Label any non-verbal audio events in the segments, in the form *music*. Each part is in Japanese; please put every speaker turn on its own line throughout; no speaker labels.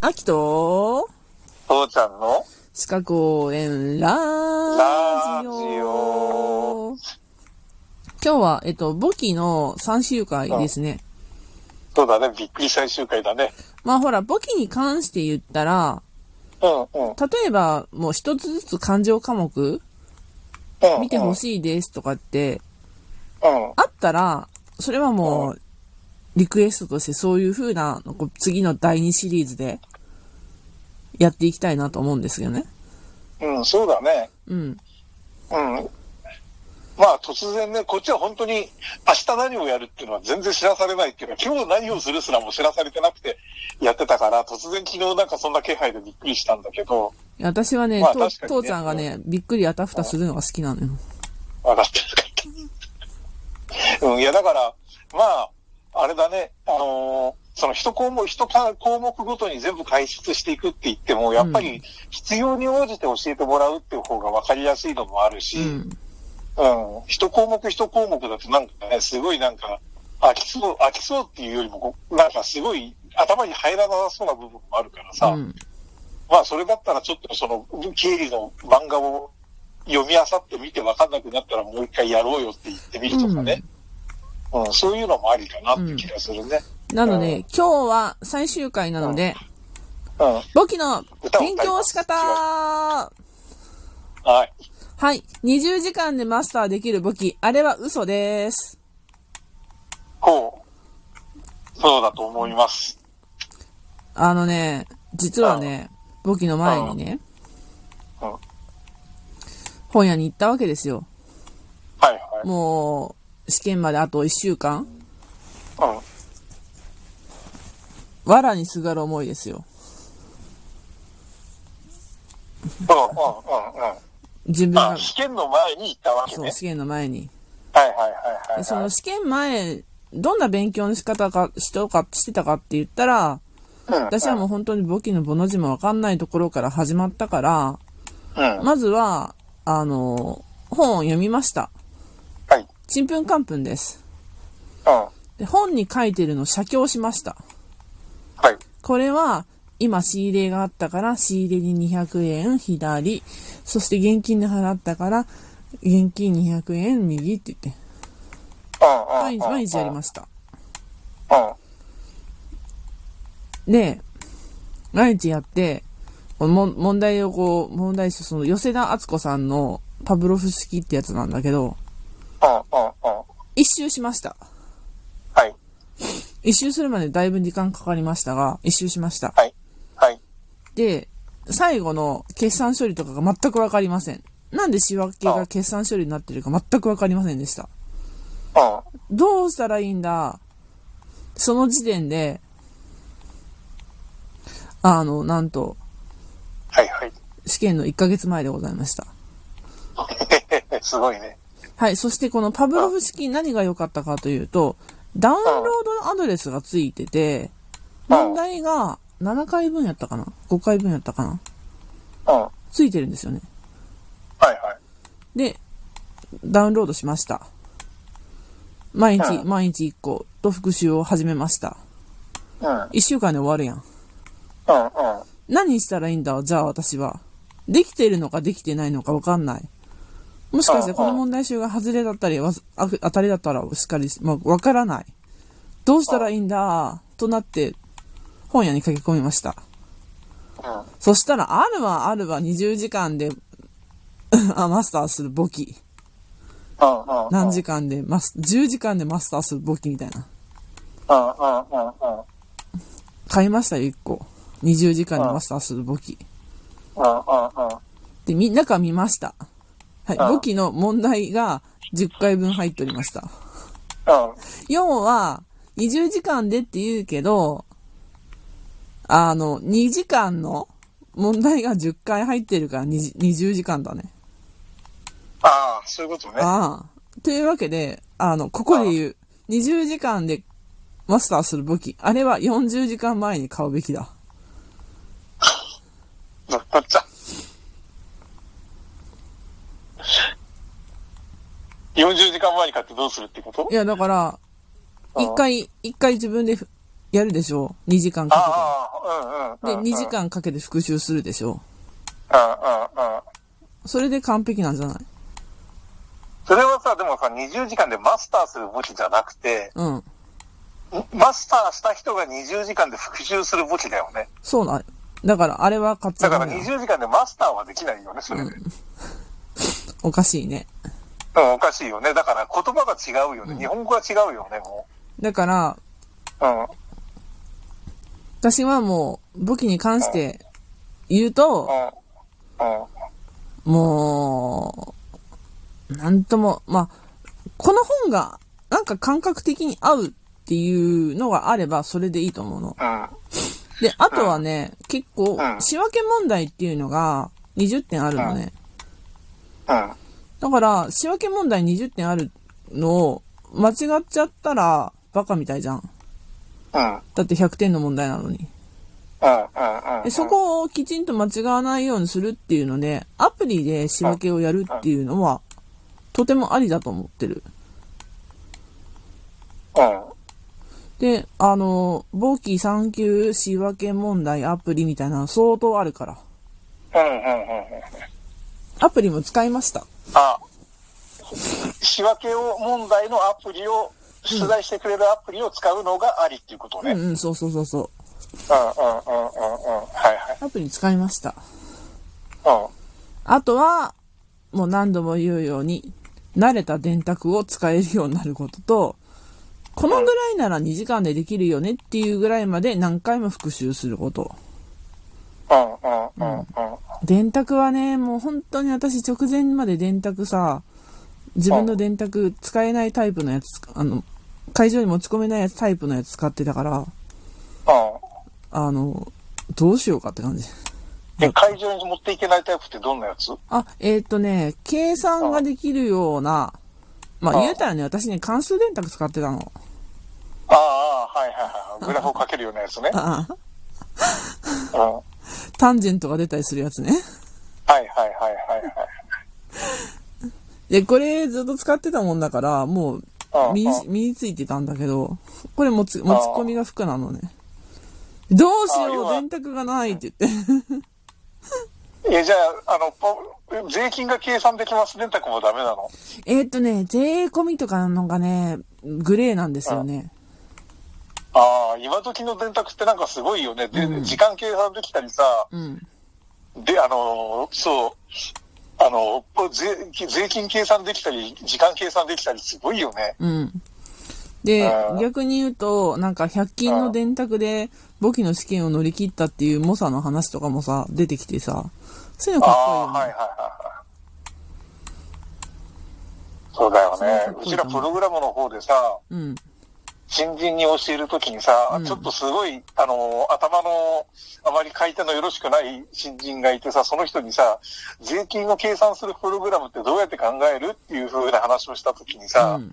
秋と
父ちゃんの
歯科公園ラジオ。今日は、えっと、簿記の3週会ですね。
そうだね、びっくり最終回だね。
まあほら、簿記に関して言ったら、
うんうん。
例えばもう一つずつ勘定科目
うん、
見てほ
し
し
い。
いですとかって、
うん。うん
あったら、それはもう、リクエストとしてそういう風なの、こう次の第2シリーズで、やっていきたいなと思うんですよね。
うん、そうだね。
うん。
うん。まあ突然ね、こっちは本当に明日何をやるっていうのは全然知らされないっていうか、今日何をするすらも知らされてなくてやってたから、突然昨日なんかそんな気配でびっくりしたんだけど、
私はね、
まあ
と
確かにね
父ちゃんがね、びっくりあたふたするのが好きなのよ。
分かってなかった。うん、いやだから、まあ、あれだね、あのーその一項目、一か項目ごとに全部解説していくって言っても、やっぱ
う
り必要に応じて教えてもらうっていう方が分かりやすいのもあるし、
うん。
うん。一項目一項目だとなんかね、すごいなんか、飽きそう、飽きそうっていうよりもこう、なんかすごい頭に入らなさそうな部分もあるからさ、
うん。
まあそれだったらちょっとその、経理の漫画を読み漁ってみて分かんなくなったらもう一回やろうよって言ってみるとかね。うん、そういうのもありかなって気がするね。
なので、今日は最終回なので、
うん。
簿記の
歌を歌
勉
います
強仕方は
はい。
い。20時間でマスターできる簿記。あれは嘘です。
こう。そうだと思います。
あのね、実はね、簿記の前にね
うんうん、
本屋に行ったわけですよ。
はいはい。
もう、試験まであと1週間。
うん。
藁にすがる思いですよ。
うんうんうんうん。
自分
ま
が
あ、、試験の前に行ったわけ
そう、
ね。
試験の前に。
はいはいはいはい、は
で
い。
その試験前、どんな勉強の仕方か、しとか、してたかって言ったら、
うん
私はもう本当に簿記のボの字もわかんないところから始まったから、
うん。
まずは、あの、本を読みました。
はい。
ちんぷんかんぷんです。
うん。
で本に書いてるのを写経しました。
はい。
これは、今仕入れがあったから、仕入れに200円左。そして現金で払ったから、現金200円右って言って、
うん。
毎日毎日やり
す。
ました。
うん。
で、毎日やって、このもん問題をこう、問題集、その、吉田敦子さんのパブロフ式ってやつなんだけど、
うん。うん。うん。
一周しました。
はい。
一周するまでだいぶ時間かかりましたが、一周しました。
はい。はい。
で、最後の決算処理とかが全くわかりません。なんで仕分けが決算処理になってるか全くわかりませんでした。
うん。
どうしたらいいんだその時点で、あの、なんと、
はいはい。
試験の1ヶ月前でございました。
すごいね。
はい。そしてこのパブロフ式何が良かったかというと、ダウンロードのアドレスがついてて、
うん
問題が7回分やったかな ?5 回分やったかな
うん。はい
ついてるんですよね。
はい。
で、ダウンロードしました。毎日、
うん
毎日1個と復習を始めました。
うん。
1週間で終わるやん。
うん。うん。
何したらいいんだじゃあ私は。できてるのかできてないのかわかんない。もしかしてこの問題集が外れだったり、わずあ当たりだったらしっかり、まあ、わからない。どうしたらいいんだとなって、本屋に駆け込みました。
うん。
そしたら、あるわ、あるわ、20時間で、あマスターする簿記。
うん。うん。
何時間でマス、10時間でマスターする簿記みたいな。
うん。うん。うん。うん。
買いましたよ、1個。20時間でマスターする簿記。
うん。うん。うん。
で、み、中見ました。はい。
ああ
簿記の問題が10回分入っておりました。
うん。
要は、20時間でって言うけど、あの、2時間の問題が10回入ってるから20 20時間だね。
ああ、そういうことね。
ああ。というわけで、あの、ここで言う、20時間でマスターする武器。あれは40時間前に買うべきだ。
なっちゃ。40時間前に買ってどうするってこと
いや、だから、
ああ
一回、一回自分でふやるでしょ ?2 時間か
ああ、
けて。
うん
で、
うん。
2時。間かけて復習するでしょ
うんうんうん。
それで完璧なんじゃない
それはさ、でもさ、20時間でマスターする武器じゃなくて、
うん。
マスターした人が20時間で復習する武器だよね。
そうなんだから、あれは勝つ
だから
ためなの
20時間でマスターはできないよね、それで。うん、
おかしいね。
おかしいよね。だから言葉が違うよね。日本語が違うよね、も
だから、
う。うん。
私はもう、武器に関して言うと、
うん。うん。
もう、なんとも、まあ、この本が、なんか感覚的に合うっていうのがあれば、それでいいと思うの。
うん。
で、あとはね、結構
う、ん
仕分け問題っていうのが20点あるのね。
うん。
だから、仕分け問題20点あるのを、間違っちゃったら、バカみたいじゃん。
うん。
だって100点の問題なのに。
うん。うん。
でそこをきちんと間違わないようにするっていうので、アプリで仕分けをやるっていうのは、とてもありだと思ってる。
うん。
で、あの、簿記3級仕分け問題アプリみたいなの相当あるから。
うん。うん。うん。
アプリも使いました。
あ、仕分けを、問題のアプリを、出題してくれるアプリを使うのがありっていうことね。
う
うんん、
うん、そうそうそうそ
うん、うん、うん、うん。はい、はい。
う。アプリ使いました。
うん。
あとは、もう何度も言うように、慣れた電卓を使えるようになることと、このぐらいなら2時間でできるよねっていうぐらいまで何回も復習すること。
うん、うん、うん、うん。
電卓はね、もう本当に私直前まで電卓さ、自分の電卓使えないタイプのやつ、あの、会場に持ち込めないやつタイプのやつ使ってたから、
うん。
あの、どうしようかって感じ。
で、会場に持っていけないタイプってどんなやつうん、
あ、えーっとね、計算ができるような、まあ
あ
言うたらね、私ね、関数電卓使ってたの。
ああ、はい、はい、はい。グラフをかけるようなやつね。
ああ、
うん。はい、
*laughs* タンジェントが出たりするやつね。
はい、はい、はい、はい。
で、これずっと使ってたもんだから、もう
ああ
身に
ああ
身についてたんだけど、これ持ち、持ち込みが服なのね。どうし
ああ要
よう、
は
電卓がないって言って。
え、じゃあ、あの、ぽ税金が計算できます電卓もダメなの
*laughs* えーっとね、税込みとかのがね、グレーなんですよね。
ああ、今時の電卓ってなんかすごいよね。で、時間計算できたりさ、
うん。
で、あの、そう、あの、税税金計算できたり、時間計算できたり、すごいよね。
うん。で
あ、あ
逆に言うと、なんか100均の電卓で簿記の試験を乗り切ったっていう猛者の話とかもさ、出てきてさ、そういうの
あ
かっ
あ、
こいい
はい
よ
はい
ね。
はい。そうだよね。うちらプログラムの方でさ、
うん。
新人に教えるときにさ、ちょっとすごい、あの、頭の、あまり回転のよろしくない新人がいてさ、その人にさ、税金を計算するプログラムってどうやって考えるっていう風な話をしたときにさ、
うん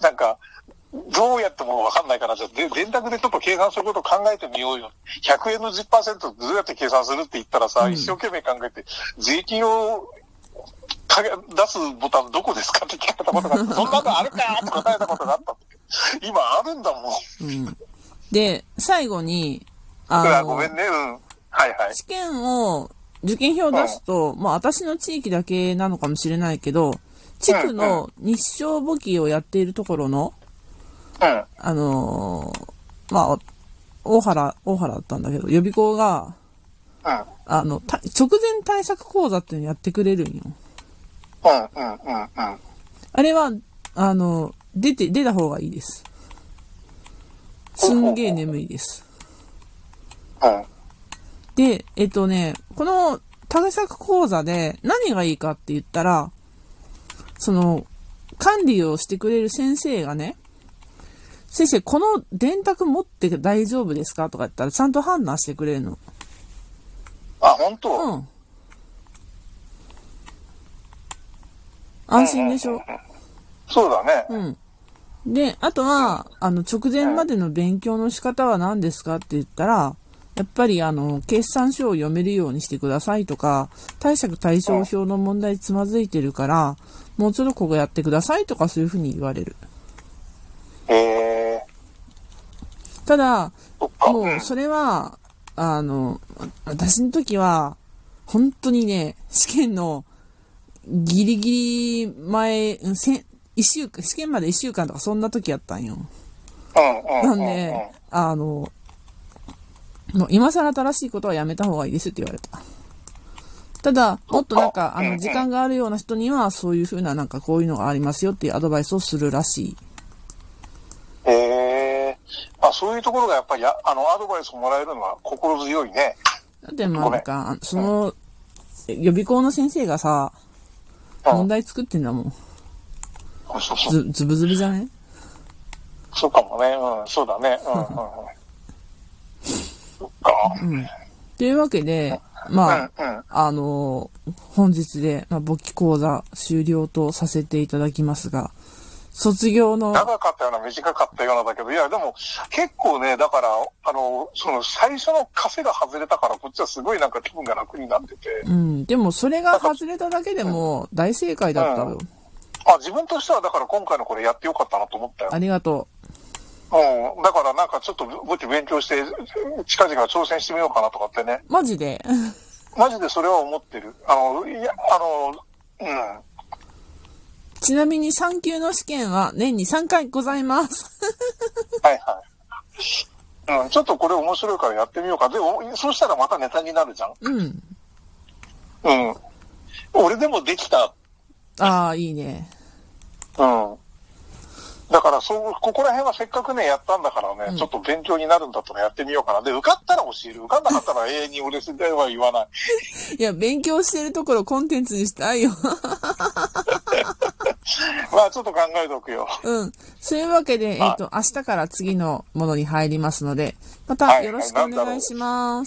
なんか、どうやってもわかんないから、じゃあ、で電卓でちょっと計算することを考えてみようよ。100円の10%どうやって計算するって言ったらさ、
うん
一生懸命考えて、税金をかけ出すボタンどこですかって聞かれたことが
*laughs*
あって、そんなのあるかって答えたことがあったんだけど。今あるんだもん。
うん。で、最後に、
う *laughs*
あ
わ、ご
の
め、んね。うん。はいはい。
試験を、受験票を出すと、まあ私の地域だけなのかもしれないけど、地区の日照簿記をやっているところの、
うん。
あのーまあ、大原、大原だったんだけど、予備校が、
う
あの、た直前対策講座っていうのやってくれるんよ。
ん。うん。うん。うん。うん。
あれは、あの、出て、出た方がいいです。すんげえ眠いです。
うん。
で、えっとね、この対策講座で何がいいかって言ったら、その、管理をしてくれる先生がね、先生、この電卓持って大丈夫ですかとか言ったら、ちゃんと判断してくれるの。
あ、本当うん。
うん。安心でしょ
そうだね。
うん。で、あとは、あの、直前までの勉強の仕方は何ですかって言ったら、やっぱり、あの、決算書を読めるようにしてくださいとか、貸借対照表の問題つまずいてるから、もうちょっとここやってくださいとかそういうふうに言われる。
へえ。
ただ、
そっか。
もう、それは、あの、私の時は、本当にね、試験の、ギリギリ前、うんせ一週間、試験まで一週間とかそんな時やったんよ。
うん
な
うんんうんうん。
で、あの、もう今更正しいことはやめた方がいいですって言われた。ただ、もっとなんか、あ
うんう
の、
ん
時間があるような人には、そういうふうな、なんかこういうのがありますよっていうアドバイスをするらしい。
へえー。あ、そういうところがやっぱり、ああの、アドバイスもらえるのは心強いね。
だってまあ
ごめ
なん
ん
か、あのその、予備校の先生がさ、
うん
問題作ってんだもん。
そうそうそう。
ず、ずぶずぶじゃね
そうかもね。うん、そうだね。 *laughs* うん、うん、うん。そっか。うん、
というわけで、まあ、
うん。
あのー本日で、まあ、簿記講座終了とさせていただきますが、卒業の、
長かったような短かったようなだけど、いや、でも結構ね、だから、あの、その最初の枷が外れたから、こっちはすごいなんか気分が楽になってて、
うん、でもそれが外れただけでも大正解だったよ。
あ、自分としてはだから今回のこれやってよかったなと思ったよ
あ。りがと
うん。だからなんかちょっとぼち勉強して、近々挑戦してみようかなとかってね。
う。マジで。 *laughs*
マジでそれは思ってる。あの、いや、あの、うん。
ちなみに3級の試験は年に3回ございます。 *laughs*
はいはい。うん、ちょっとこれ面白いからやってみようか。でも、そうしたらまたネタになるじゃん。
うん。
うん。俺でもできた。
ああ、いいね。
うん。だから、そう、ここら辺はせっかくね、やったんだからね、ちょっと勉強になるんだったらやってみようかな。で、受かったら教える。受かんなかったら永遠に俺世代は言わない。
いや、勉強してるところコンテンツにしたいよ。 *laughs*
まあ、ちょっと考えておくよ。
うん。そういうわけで、えっ、
はい
と、明日から次のものに入りますので、ま
は
た
い
よろしくお願いします。